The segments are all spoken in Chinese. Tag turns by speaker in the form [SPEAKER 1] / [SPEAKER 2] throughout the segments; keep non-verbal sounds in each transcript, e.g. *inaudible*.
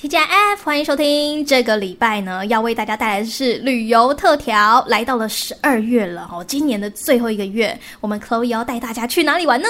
[SPEAKER 1] TGIF，欢迎收听。这个礼拜呢，要为大家带来的是旅游特调。来到了十二月了哦，今年的最后一个月，我们 Chloe 要带大家去哪里玩呢？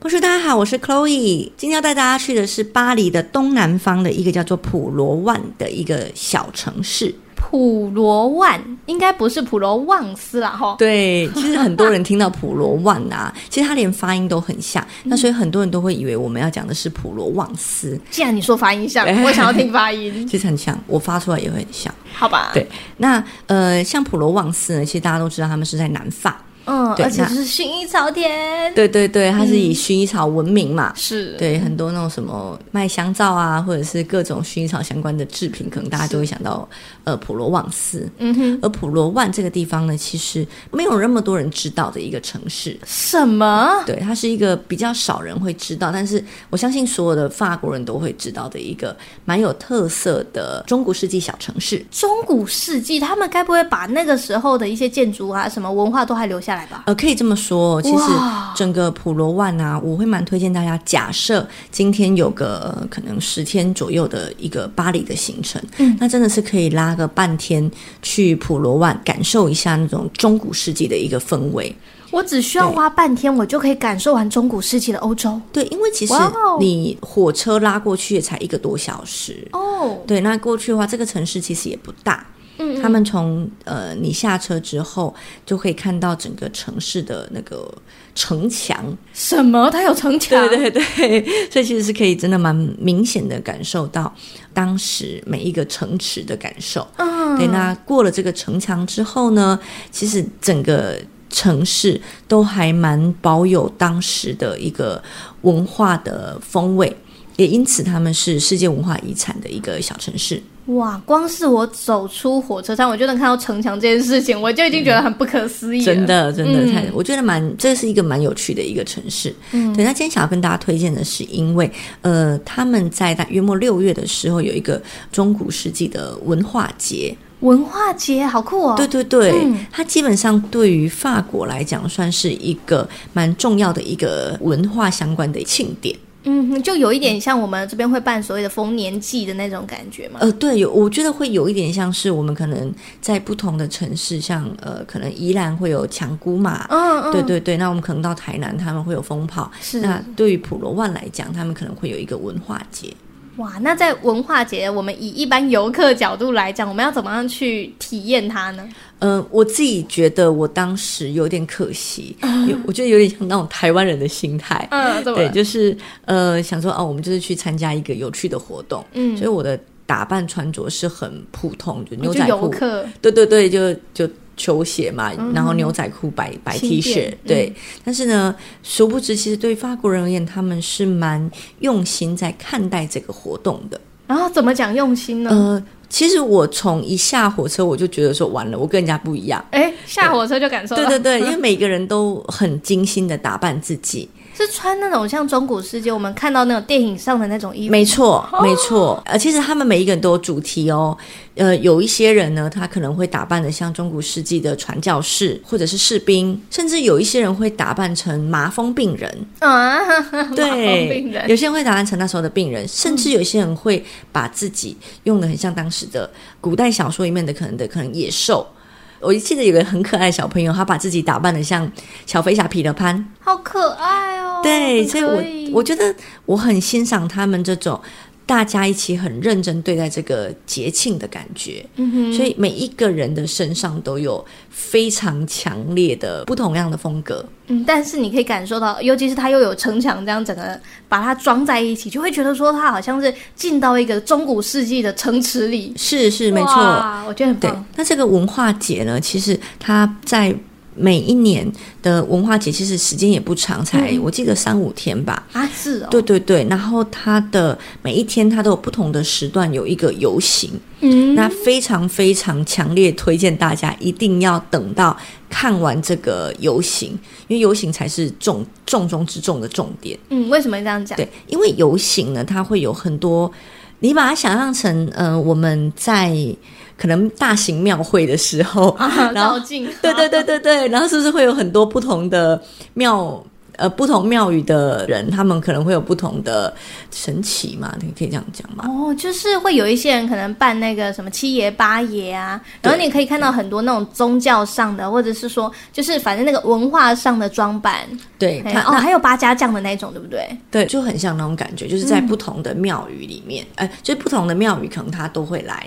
[SPEAKER 2] 不是，大家好，我是 Chloe。今天要带大家去的是巴黎的东南方的一个叫做普罗旺的一个小城市。
[SPEAKER 1] 普罗旺应该不是普罗旺斯啦，哈。
[SPEAKER 2] 对，其实很多人听到普罗旺啊， *laughs* 其实它连发音都很像，那所以很多人都会以为我们要讲的是普罗旺斯，
[SPEAKER 1] 既然你说发音像，我想要听发音，
[SPEAKER 2] 其实很像，我发出来也会很像。
[SPEAKER 1] 好吧？
[SPEAKER 2] *laughs* 对，那呃，像普罗旺斯呢，其实大家都知道他们是在南法，
[SPEAKER 1] 嗯，
[SPEAKER 2] 对
[SPEAKER 1] 而且
[SPEAKER 2] 那
[SPEAKER 1] 是薰衣草田，
[SPEAKER 2] 对对对，它是以薰衣草闻名嘛。
[SPEAKER 1] 是，
[SPEAKER 2] 对，很多那种什么卖香皂啊，或者是各种薰衣草相关的制品，可能大家都会想到呃普罗旺斯。
[SPEAKER 1] 嗯哼，
[SPEAKER 2] 而普罗旺这个地方呢，其实没有那么多人知道的一个城市。
[SPEAKER 1] 什么？
[SPEAKER 2] 对，它是一个比较少人会知道，但是我相信所有的法国人都会知道的一个蛮有特色的中古世纪小城市。
[SPEAKER 1] 中古世纪，他们该不会把那个时候的一些建筑啊、什么文化都还留下来吧？
[SPEAKER 2] 呃，可以这么说，其实
[SPEAKER 1] 哇
[SPEAKER 2] 整个普罗旺啊，我会蛮推荐大家，假设今天有个、呃可能十天左右的一个巴黎的行程，
[SPEAKER 1] 嗯
[SPEAKER 2] 那真的是可以拉个半天去普罗旺，感受一下那种中古世纪的一个氛围。
[SPEAKER 1] 我只需要花半天，我就可以感受完中古世纪的欧洲。
[SPEAKER 2] 对，因为其实
[SPEAKER 1] 哇哦
[SPEAKER 2] 你火车拉过去也才一个多小时。
[SPEAKER 1] 哦，
[SPEAKER 2] 对，那过去的话，这个城市其实也不大。
[SPEAKER 1] 嗯
[SPEAKER 2] 他们从呃你下车之后，就可以看到整个城市的那个城墙，
[SPEAKER 1] 什么？它有城墙？
[SPEAKER 2] 对对对，所以其实是可以真的蛮明显的感受到当时每一个城池的感受。
[SPEAKER 1] 嗯，
[SPEAKER 2] 对，那过了这个城墙之后呢，其实整个城市都还蛮保有当时的一个文化的风味。也因此，他们是世界文化遗产的一个小城市。
[SPEAKER 1] 哇，光是我走出火车站，我就能看到城墙这件事情，我就已经觉得很不可思议了。
[SPEAKER 2] 真，的，真
[SPEAKER 1] 嗯
[SPEAKER 2] 的太，我觉得蛮，这是一个蛮有趣的一个城市。
[SPEAKER 1] 嗯
[SPEAKER 2] 对。那今天想要跟大家推荐的是，因为呃，他们在大约末六月的时候有一个中古世纪的文化节。
[SPEAKER 1] 文化节好酷哦！
[SPEAKER 2] 对，对对，
[SPEAKER 1] 嗯
[SPEAKER 2] 它基本上对于法国来讲，算是一个蛮重要的一个文化相关的庆典。
[SPEAKER 1] 嗯哼，就有一点像我们这边会办所谓的丰年祭的那种感觉嘛。
[SPEAKER 2] 呃，对，有我觉得会有一点像是我们可能在不同的城市，像呃，可能宜兰会有抢姑嘛。
[SPEAKER 1] 嗯嗯，
[SPEAKER 2] 对对对，那我们可能到台南，他们会有风炮，
[SPEAKER 1] 是
[SPEAKER 2] 那对于普罗旺来讲，他们可能会有一个文化节。
[SPEAKER 1] 哇，那在文化节，我们以一般游客角度来讲，我们要怎么样去体验它呢？
[SPEAKER 2] 嗯、我自己觉得我当时有点可惜，有我觉得有点像那种台湾人的心态。
[SPEAKER 1] 嗯，怎么
[SPEAKER 2] 对，
[SPEAKER 1] 了？
[SPEAKER 2] 就是呃，想说哦，我们就是去参加一个有趣的活动，
[SPEAKER 1] 嗯哦
[SPEAKER 2] 所以我的打扮穿着是很普通，就牛
[SPEAKER 1] 就
[SPEAKER 2] 仔
[SPEAKER 1] 游
[SPEAKER 2] 裤，
[SPEAKER 1] 客，嗯
[SPEAKER 2] 对对对，就就球鞋嘛，然后牛仔裤、白白
[SPEAKER 1] 轻
[SPEAKER 2] T
[SPEAKER 1] 便嗯
[SPEAKER 2] 恤，对。但是呢，殊不知其实对法国人而言，他们是蛮用心在看待这个活动的。
[SPEAKER 1] 然后怎么讲用心呢？
[SPEAKER 2] 呃，其实我从一下火车我就觉得说完了，我跟人家不一样。
[SPEAKER 1] 哎、下火车就感受到，
[SPEAKER 2] 对对对，因为每个人都很精心的打扮自己，
[SPEAKER 1] 是穿那种像中古世界我们看到那种电影上的那种衣服，
[SPEAKER 2] 没错没错。呃，其实他们每一个人都有主题哦。呃，有一些人呢，他可能会打扮的像中古世纪的传教士或者是士兵，甚至有一些人会打扮成麻风病人，
[SPEAKER 1] 啊， *laughs* 哈哈麻风
[SPEAKER 2] 对
[SPEAKER 1] 病，人
[SPEAKER 2] 有些人会打扮成那时候的病
[SPEAKER 1] 嗯
[SPEAKER 2] 人，甚至有些人会把自己用的很像当时的古代小说里面的可能的可能野兽。我记得有个很可爱的小朋友，他把自己打扮的像小飞侠彼得潘，
[SPEAKER 1] 好可爱哦。
[SPEAKER 2] 对，
[SPEAKER 1] 很
[SPEAKER 2] 所以
[SPEAKER 1] 可以
[SPEAKER 2] 我我觉得我很欣赏他们这种大家一起很认真对待这个节庆的感觉。
[SPEAKER 1] 嗯哼，
[SPEAKER 2] 所以每一个人的身上都有非常强烈的不同样的风格，
[SPEAKER 1] 嗯，但是你可以感受到，尤其是它又有城墙这样整个把它装在一起，就会觉得说它好像是进到一个中古世纪的城池里。
[SPEAKER 2] 是是没错。
[SPEAKER 1] 哇，我觉得很
[SPEAKER 2] 对
[SPEAKER 1] 棒。，
[SPEAKER 2] 那这个文化节呢，其实它在每一年的文化节，其实时间也不长，才、我记得三五天吧。
[SPEAKER 1] 啊，是嗯哦，
[SPEAKER 2] 对对对，然后它的每一天它都有不同的时段有一个游行，
[SPEAKER 1] 嗯，
[SPEAKER 2] 那非常非常强烈推荐大家一定要等到看完这个游行，因为游行才是重重中之重的重点。
[SPEAKER 1] 嗯，为什么这样讲？ *laughs*
[SPEAKER 2] 对，因为游行呢，它会有很多，你把它想象成呃，我们在可能大型庙会的时候，
[SPEAKER 1] 啊，
[SPEAKER 2] 然后 *laughs*
[SPEAKER 1] 绕境，
[SPEAKER 2] 对对对对对，然后是不是会有很多不同的庙？呃不同庙宇的人，他们可能会有不同的神奇嘛，你可以这样讲嘛。
[SPEAKER 1] 哦，就是会有一些人可能办那个什么七爷八爷啊，然后你可以看到很多那种宗教上的，或者是说就是反正那个文化上的装扮，
[SPEAKER 2] 对，
[SPEAKER 1] 哎
[SPEAKER 2] 他
[SPEAKER 1] 哦，还有八家将的那种，对不对？
[SPEAKER 2] 对，就很像那种感觉，就是在不同的庙宇里面，哎、就是不同的庙宇可能他都会来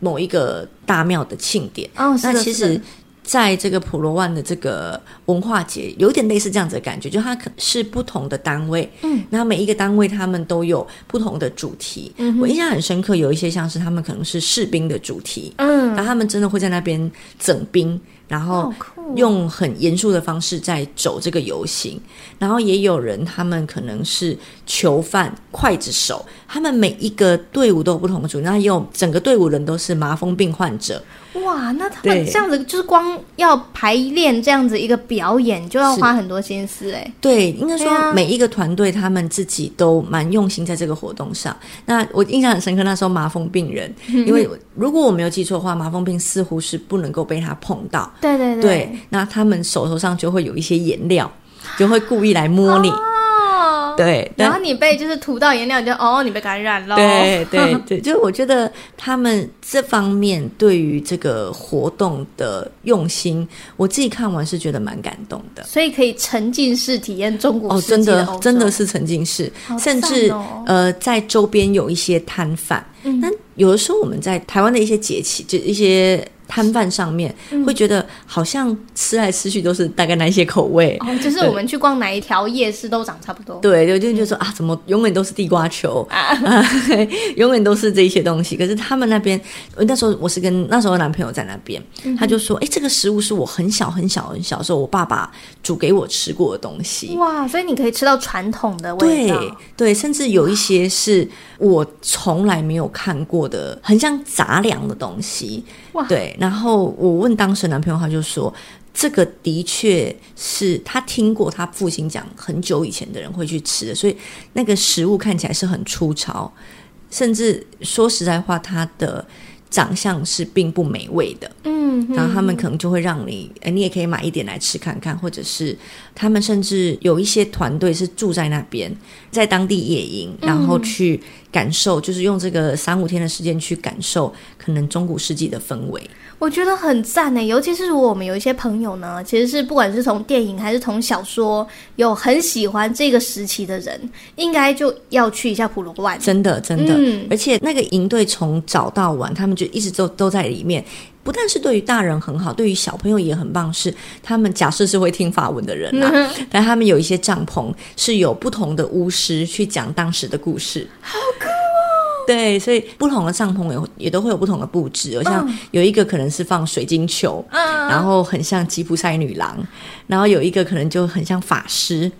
[SPEAKER 2] 某一个大庙的庆典。
[SPEAKER 1] 哦，是
[SPEAKER 2] 那
[SPEAKER 1] 的
[SPEAKER 2] 其
[SPEAKER 1] 是
[SPEAKER 2] 实
[SPEAKER 1] 的，
[SPEAKER 2] 在这个普罗旺的这个文化节，有点类似这样子的感觉，就它可是不同的单位，
[SPEAKER 1] 嗯，
[SPEAKER 2] 那每一个单位他们都有不同的主题。
[SPEAKER 1] 嗯
[SPEAKER 2] 我
[SPEAKER 1] 哼
[SPEAKER 2] 印象很深刻，有一些像是他们可能是士兵的主题，
[SPEAKER 1] 嗯，
[SPEAKER 2] 然后他们真的会在那边整兵，然后
[SPEAKER 1] 好酷哦
[SPEAKER 2] 用很严肃的方式在走这个游行，然后也有人他们可能是囚犯、刽子手，他们每一个队伍都有不同的主题，那也有整个队伍人都是麻风病患者，
[SPEAKER 1] 哇，那他
[SPEAKER 2] 对
[SPEAKER 1] 们这样子就是光要排练这样子一个表演，就要
[SPEAKER 2] 是
[SPEAKER 1] 花很多心思哎。
[SPEAKER 2] 对，应该
[SPEAKER 1] 对啊
[SPEAKER 2] 说每一个团队他们自己都蛮用心在这个活动上。那我印象很深刻，那时候麻风病人，
[SPEAKER 1] 嗯
[SPEAKER 2] 因为如果我没有记错的话，麻风病似乎是不能够被他碰到。
[SPEAKER 1] 对对
[SPEAKER 2] 对，那他们手头上就会有一些
[SPEAKER 1] *laughs*
[SPEAKER 2] 颜料，就会故意来摸你。
[SPEAKER 1] 哦，
[SPEAKER 2] 对，
[SPEAKER 1] 然
[SPEAKER 2] 但
[SPEAKER 1] 后你被就是涂到颜料，你就哦，你被哦感染了。
[SPEAKER 2] 对对
[SPEAKER 1] *laughs*
[SPEAKER 2] 对，就是我觉得他们这方面对于这个活动的用心，我自己看完是觉得蛮感动的。
[SPEAKER 1] 所以可以沉浸式体验中国
[SPEAKER 2] 哦，
[SPEAKER 1] 世
[SPEAKER 2] 真
[SPEAKER 1] 纪
[SPEAKER 2] 的
[SPEAKER 1] 欧洲
[SPEAKER 2] 真的是沉浸式，
[SPEAKER 1] 好
[SPEAKER 2] 甚
[SPEAKER 1] 赞
[SPEAKER 2] 至、
[SPEAKER 1] 哦
[SPEAKER 2] 呃，在周边有一些摊贩。
[SPEAKER 1] 嗯
[SPEAKER 2] 那有的时候我们在台湾的一些节气，就一些摊贩上面，
[SPEAKER 1] 嗯
[SPEAKER 2] 会觉得好像吃来吃去都是大概那一些口味。
[SPEAKER 1] 哦，就是我们去逛哪一条夜市都长差不多。
[SPEAKER 2] 对对，就就说啊，怎么永远都是地瓜球，
[SPEAKER 1] 嗯啊，
[SPEAKER 2] *laughs* 啊，永远都是这一些东西。可是他们那边，呃那时候我是跟那时候男朋友在那边，
[SPEAKER 1] 嗯
[SPEAKER 2] 他就说，哎、这个食物是我很小很小很小的时候，我爸爸煮给我吃过的东西。
[SPEAKER 1] 哇，所以你可以吃到传统的味道。
[SPEAKER 2] 对对，甚至有一些是我从来没有看过的，很像杂粮的东西
[SPEAKER 1] 哇。
[SPEAKER 2] 对，然后我问当时男朋友，他就说。这个的确是他听过他父亲讲很久以前的人会去吃的，所以那个食物看起来是很粗糙，甚至说实在话，它的长相是并不美味的。
[SPEAKER 1] 嗯，
[SPEAKER 2] 然后他们可能就会让你，哎，你也可以买一点来吃看看，或者是他们甚至有一些团队是住在那边，在当地野营，
[SPEAKER 1] 嗯
[SPEAKER 2] 然后去感受，就是用这个三五天的时间去感受可能中古世纪的氛围。
[SPEAKER 1] 我觉得很赞呢，尤其是如果我们有一些朋友呢，其实是不管是从电影还是从小说，有很喜欢这个时期的人，应该就要去一下普罗旺。
[SPEAKER 2] 真的，真的，
[SPEAKER 1] 嗯
[SPEAKER 2] 而且那个营队从早到晚，他们就一直都都在里面。不但是对于大人很好，对于小朋友也很棒，是他们假设是会听法文的人
[SPEAKER 1] *laughs*
[SPEAKER 2] 啊啦、但他们有一些帐篷是有不同的巫师去讲当时的故事，好酷哦！对，所以不同的帐篷也会也都会有不同的布置，有像有一个可能是放水晶球，
[SPEAKER 1] 嗯
[SPEAKER 2] 然后很像吉普赛女郎，然后有一个可能就很像法师。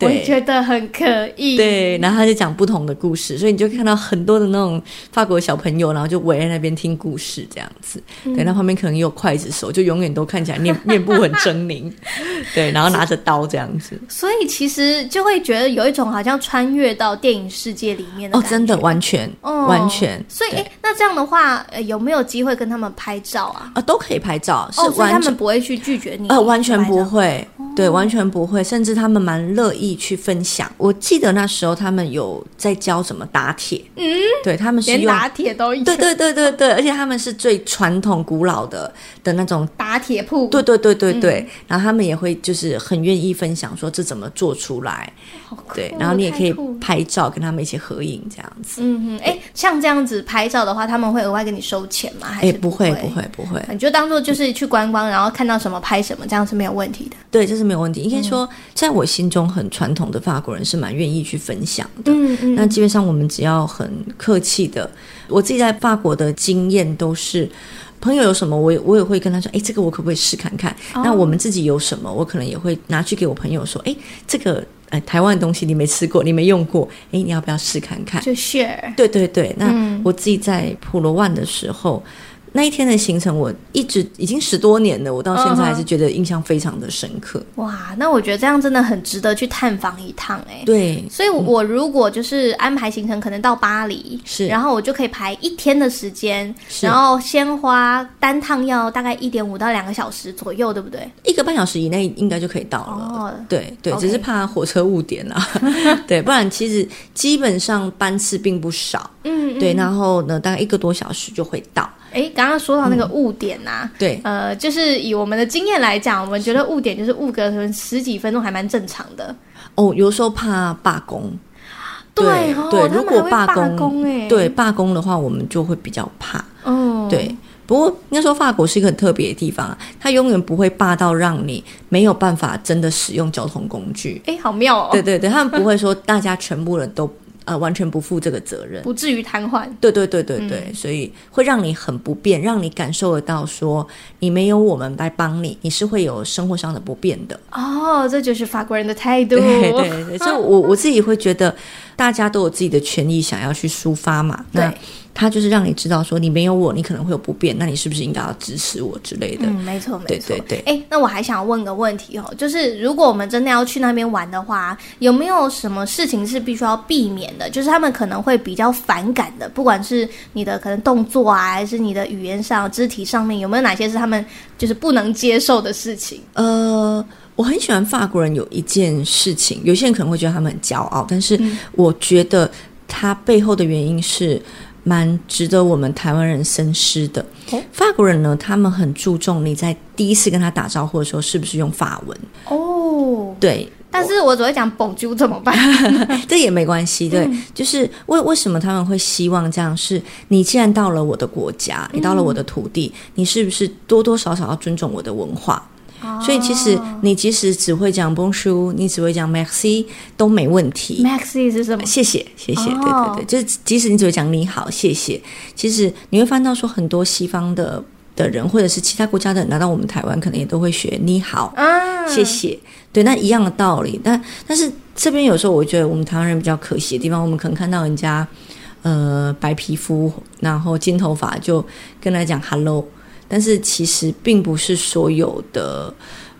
[SPEAKER 1] 我
[SPEAKER 2] 对。
[SPEAKER 1] 觉得很可以。，
[SPEAKER 2] 对，然后他就讲不同的故事，所以你就看到很多的那种法国小朋友，然后就围在那边听故事这样子。
[SPEAKER 1] 嗯
[SPEAKER 2] 对，那旁边可能也有刽子手，就永远都看起来 *laughs* 面面部很狰狞，对，然后拿着刀这样子。
[SPEAKER 1] 所以其实就会觉得有一种好像穿越到电影世界里面的
[SPEAKER 2] 哦，
[SPEAKER 1] 感觉。
[SPEAKER 2] 真的完全、
[SPEAKER 1] 哦
[SPEAKER 2] 完全，
[SPEAKER 1] 所以，
[SPEAKER 2] 对
[SPEAKER 1] 哎，那这样的话，呃有没有机会跟他们拍照啊？
[SPEAKER 2] 啊都可以拍照，是
[SPEAKER 1] 哦，所以他
[SPEAKER 2] 完全、
[SPEAKER 1] 们不会去拒绝你。
[SPEAKER 2] 呃完全
[SPEAKER 1] 拍
[SPEAKER 2] 不
[SPEAKER 1] 照。哦
[SPEAKER 2] 会，对，完全不会，甚至他们蛮乐意去分享。我记得那时候他们有在教怎么打铁，嗯，对他们是
[SPEAKER 1] 连
[SPEAKER 2] 用。
[SPEAKER 1] 打铁都有，
[SPEAKER 2] 对对对对对，而且他们是最传统古老的的那种
[SPEAKER 1] 打铁铺，
[SPEAKER 2] 对，对对对
[SPEAKER 1] 嗯
[SPEAKER 2] 对，然后他们也会就是很愿意分享说这怎么做出来，
[SPEAKER 1] 好酷
[SPEAKER 2] 对，然后你也
[SPEAKER 1] *laughs*
[SPEAKER 2] 可以
[SPEAKER 1] 哦太酷了
[SPEAKER 2] 拍照跟他们一起合影这样子。
[SPEAKER 1] 嗯哼，哎，像这样子拍照的话，他们会额外跟你收钱吗？还
[SPEAKER 2] 哎、
[SPEAKER 1] 是
[SPEAKER 2] 不会
[SPEAKER 1] 会
[SPEAKER 2] 不会不会，
[SPEAKER 1] 你就当做就是去观光，然后看到什么拍什么，这样是没有问题的。
[SPEAKER 2] 对，这是没有问题。应
[SPEAKER 1] 嗯
[SPEAKER 2] 该说，在我心中很传统的法国人是蛮愿意去分享的。
[SPEAKER 1] 嗯嗯
[SPEAKER 2] 那基本上我们只要很客气的，我自己在法国的经验都是。朋友有什么，我也我也会跟他说，哎，这个我可不可以试看看？
[SPEAKER 1] 哦
[SPEAKER 2] 那我们自己有什么，我可能也会拿去给我朋友说，哎，这个哎台湾的东西你没吃过，你没用过，哎，你要不要试看看？
[SPEAKER 1] 就 share。
[SPEAKER 2] 对对对，那
[SPEAKER 1] 嗯
[SPEAKER 2] 我自己在普罗旺的时候，那一天的行程，我一直已经十多年了，我到现在
[SPEAKER 1] 嗯
[SPEAKER 2] 还是
[SPEAKER 1] 哼
[SPEAKER 2] 觉得印象非常的深刻。
[SPEAKER 1] 哇，那我觉得这样真的很值得去探访一趟哎、
[SPEAKER 2] 对，
[SPEAKER 1] 所以，我如果就是安排行程，可能到巴黎，
[SPEAKER 2] 是
[SPEAKER 1] 然后我就可以排一天的时间，
[SPEAKER 2] 是
[SPEAKER 1] 然后先花单趟要大概一点五到两个小时左右，对不对？
[SPEAKER 2] 一个半小时以内应该就可以到了。
[SPEAKER 1] 哦，
[SPEAKER 2] 对对
[SPEAKER 1] OK
[SPEAKER 2] 只是怕火车误点啦、
[SPEAKER 1] *laughs*
[SPEAKER 2] 对，不然其实基本上班次并不少。
[SPEAKER 1] 嗯，
[SPEAKER 2] 对，然后呢，大概一个多小时就会到。
[SPEAKER 1] 哎，刚刚说到那个误点呐、
[SPEAKER 2] 嗯对，
[SPEAKER 1] 呃，就是以我们的经验来讲，我们觉得误点就是误个可能十几分钟还蛮正常的。
[SPEAKER 2] 哦，有时候怕罢工。对
[SPEAKER 1] 哦，
[SPEAKER 2] 对
[SPEAKER 1] 他
[SPEAKER 2] 如
[SPEAKER 1] 们还
[SPEAKER 2] 果
[SPEAKER 1] 会
[SPEAKER 2] 罢
[SPEAKER 1] 罢
[SPEAKER 2] 工
[SPEAKER 1] 哎，
[SPEAKER 2] 对，，罢工的话，我们就会比较怕。
[SPEAKER 1] 嗯，
[SPEAKER 2] 对，不过应该说法国是一个很特别的地方啊，它永远不会霸到让你没有办法真的使用交通工具。
[SPEAKER 1] 哎，好妙哦，
[SPEAKER 2] 对对对，他们不会说大家全部人都呃完全不负这个责任。
[SPEAKER 1] 不至于瘫痪。
[SPEAKER 2] 对对对对对，
[SPEAKER 1] 嗯
[SPEAKER 2] 所以会让你很不便，让你感受得到说你没有我们来帮你，你是会有生活上的不便的。
[SPEAKER 1] 哦，这就是法国人的态度。
[SPEAKER 2] 对对
[SPEAKER 1] *laughs*
[SPEAKER 2] 对，所以我我自己会觉得，大家都有自己的权益想要去抒发嘛。那
[SPEAKER 1] 对
[SPEAKER 2] 他就是让你知道说，你没有我，你可能会有不便，那你是不是应该要支持我之类的？
[SPEAKER 1] 嗯，没错，没
[SPEAKER 2] 对
[SPEAKER 1] 错
[SPEAKER 2] 对。对
[SPEAKER 1] 哎，那我还想问个问题哦，就是如果我们真的要去那边玩的话，有没有什么事情是必须要避免的？就是他们可能会比较反感的，不管是你的可能动作啊，还是你的语言上、肢体上面，有没有哪些是他们就是不能接受的事情？
[SPEAKER 2] 呃，我很喜欢法国人有一件事情，有些人可能会觉得他们很骄傲，但是我觉得他背后的原因是蛮值得我们台湾人深思的。
[SPEAKER 1] 哦
[SPEAKER 2] 法国人呢，他们很注重你在第一次跟他打招呼的时候是不是用法文，
[SPEAKER 1] 哦，
[SPEAKER 2] 对，
[SPEAKER 1] 但是我只会讲 b o 怎么
[SPEAKER 2] *laughs*
[SPEAKER 1] 办？
[SPEAKER 2] 这也没关系，对，就是为为什么他们会希望这样？是你既然到了我的国家，你到了我的土地，你是不是多多少少要尊重我的文化？所以其实你即使只会讲 Bonjour，你只会讲 Merci 都没问题。
[SPEAKER 1] Maxi 是什么？
[SPEAKER 2] 谢谢，谢谢，对
[SPEAKER 1] 哦
[SPEAKER 2] 对对，就是即使你只会讲你好，谢谢，其实你会翻到说很多西方的的人或者是其他国家的人来到我们台湾，可能也都会学你好，
[SPEAKER 1] 啊，
[SPEAKER 2] 谢谢。对，那一样的道理。但但是这边有时候我觉得我们台湾人比较可惜的地方，我们可能看到人家呃白皮肤，然后金头发，就跟他讲 hello，但是其实并不是所有的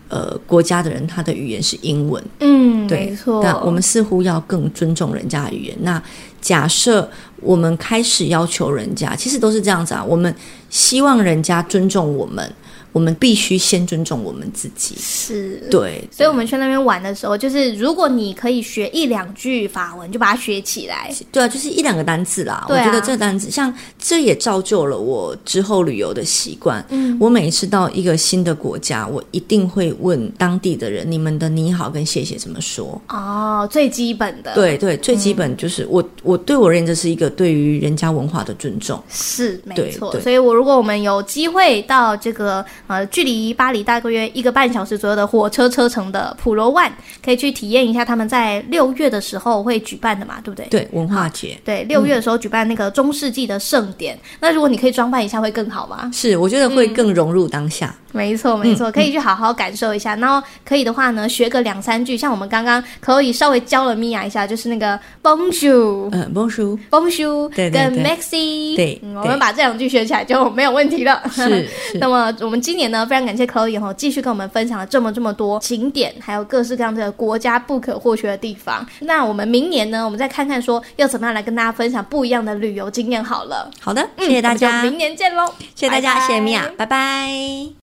[SPEAKER 2] 呃国家的人他的语言是英文。
[SPEAKER 1] 嗯，
[SPEAKER 2] 对
[SPEAKER 1] 没错。
[SPEAKER 2] 那我们似乎要更尊重人家的语言。那假设我们开始要求人家，其实都是这样子啊，我们希望人家尊重我们，我们必须先尊重我们自己。
[SPEAKER 1] 是
[SPEAKER 2] 对，
[SPEAKER 1] 所以我们去那边玩的时候，就是如果你可以学一两句法文，就把它学起来。
[SPEAKER 2] 对啊，就是一两个单字啦。
[SPEAKER 1] 对啊
[SPEAKER 2] 我觉得这个单字，像这也造就了我之后旅游的习惯。
[SPEAKER 1] 嗯，
[SPEAKER 2] 我每一次到一个新的国家，我一定会问当地的人，你们的你好跟谢谢怎么说？
[SPEAKER 1] 哦，最基本的，，
[SPEAKER 2] 对对，最基本就是我，我对我而言，这是一个对于人家文化的尊重。
[SPEAKER 1] 是没
[SPEAKER 2] 对
[SPEAKER 1] 错。
[SPEAKER 2] 对
[SPEAKER 1] 所以我如果我们有机会到这个呃距离巴黎大约一个半小时左右的火车车程的普罗旺，可以去体验一下他们在六月的时候会举办的嘛，对不对？
[SPEAKER 2] 对，嗯文化节
[SPEAKER 1] 对，六月的时候举办那个中世纪的盛典，那如果你可以装扮一下会更好吗？
[SPEAKER 2] 是我觉得会更融入当下。
[SPEAKER 1] 没错，没
[SPEAKER 2] 嗯
[SPEAKER 1] 错，可以去好好感受一下。然后可以的话呢，学个两三句，像我们刚刚可以稍微教了米娅一下，就是那个 Bonjour。
[SPEAKER 2] 嗯，Bonjour，
[SPEAKER 1] *laughs* Bonjour
[SPEAKER 2] 对对
[SPEAKER 1] 跟
[SPEAKER 2] 对
[SPEAKER 1] Maxi，
[SPEAKER 2] 对
[SPEAKER 1] 嗯
[SPEAKER 2] 对
[SPEAKER 1] 我们把这两句学起来就没有问题了。
[SPEAKER 2] 是
[SPEAKER 1] *laughs* 那
[SPEAKER 2] 是，
[SPEAKER 1] 么我们今年呢，非常感谢 Chloe 哈，继续跟我们分享了这么这么多景点，还有各式各样的国家不可或缺的地方。那我们明年呢，我们再看看说要怎么样来跟大家分享不一样的旅游经验好了。
[SPEAKER 2] 好的，
[SPEAKER 1] 嗯
[SPEAKER 2] 谢谢大
[SPEAKER 1] 我
[SPEAKER 2] 家，
[SPEAKER 1] 们就明年见喽，
[SPEAKER 2] 谢谢大家，
[SPEAKER 1] 拜拜
[SPEAKER 2] 谢谢米娅，拜拜。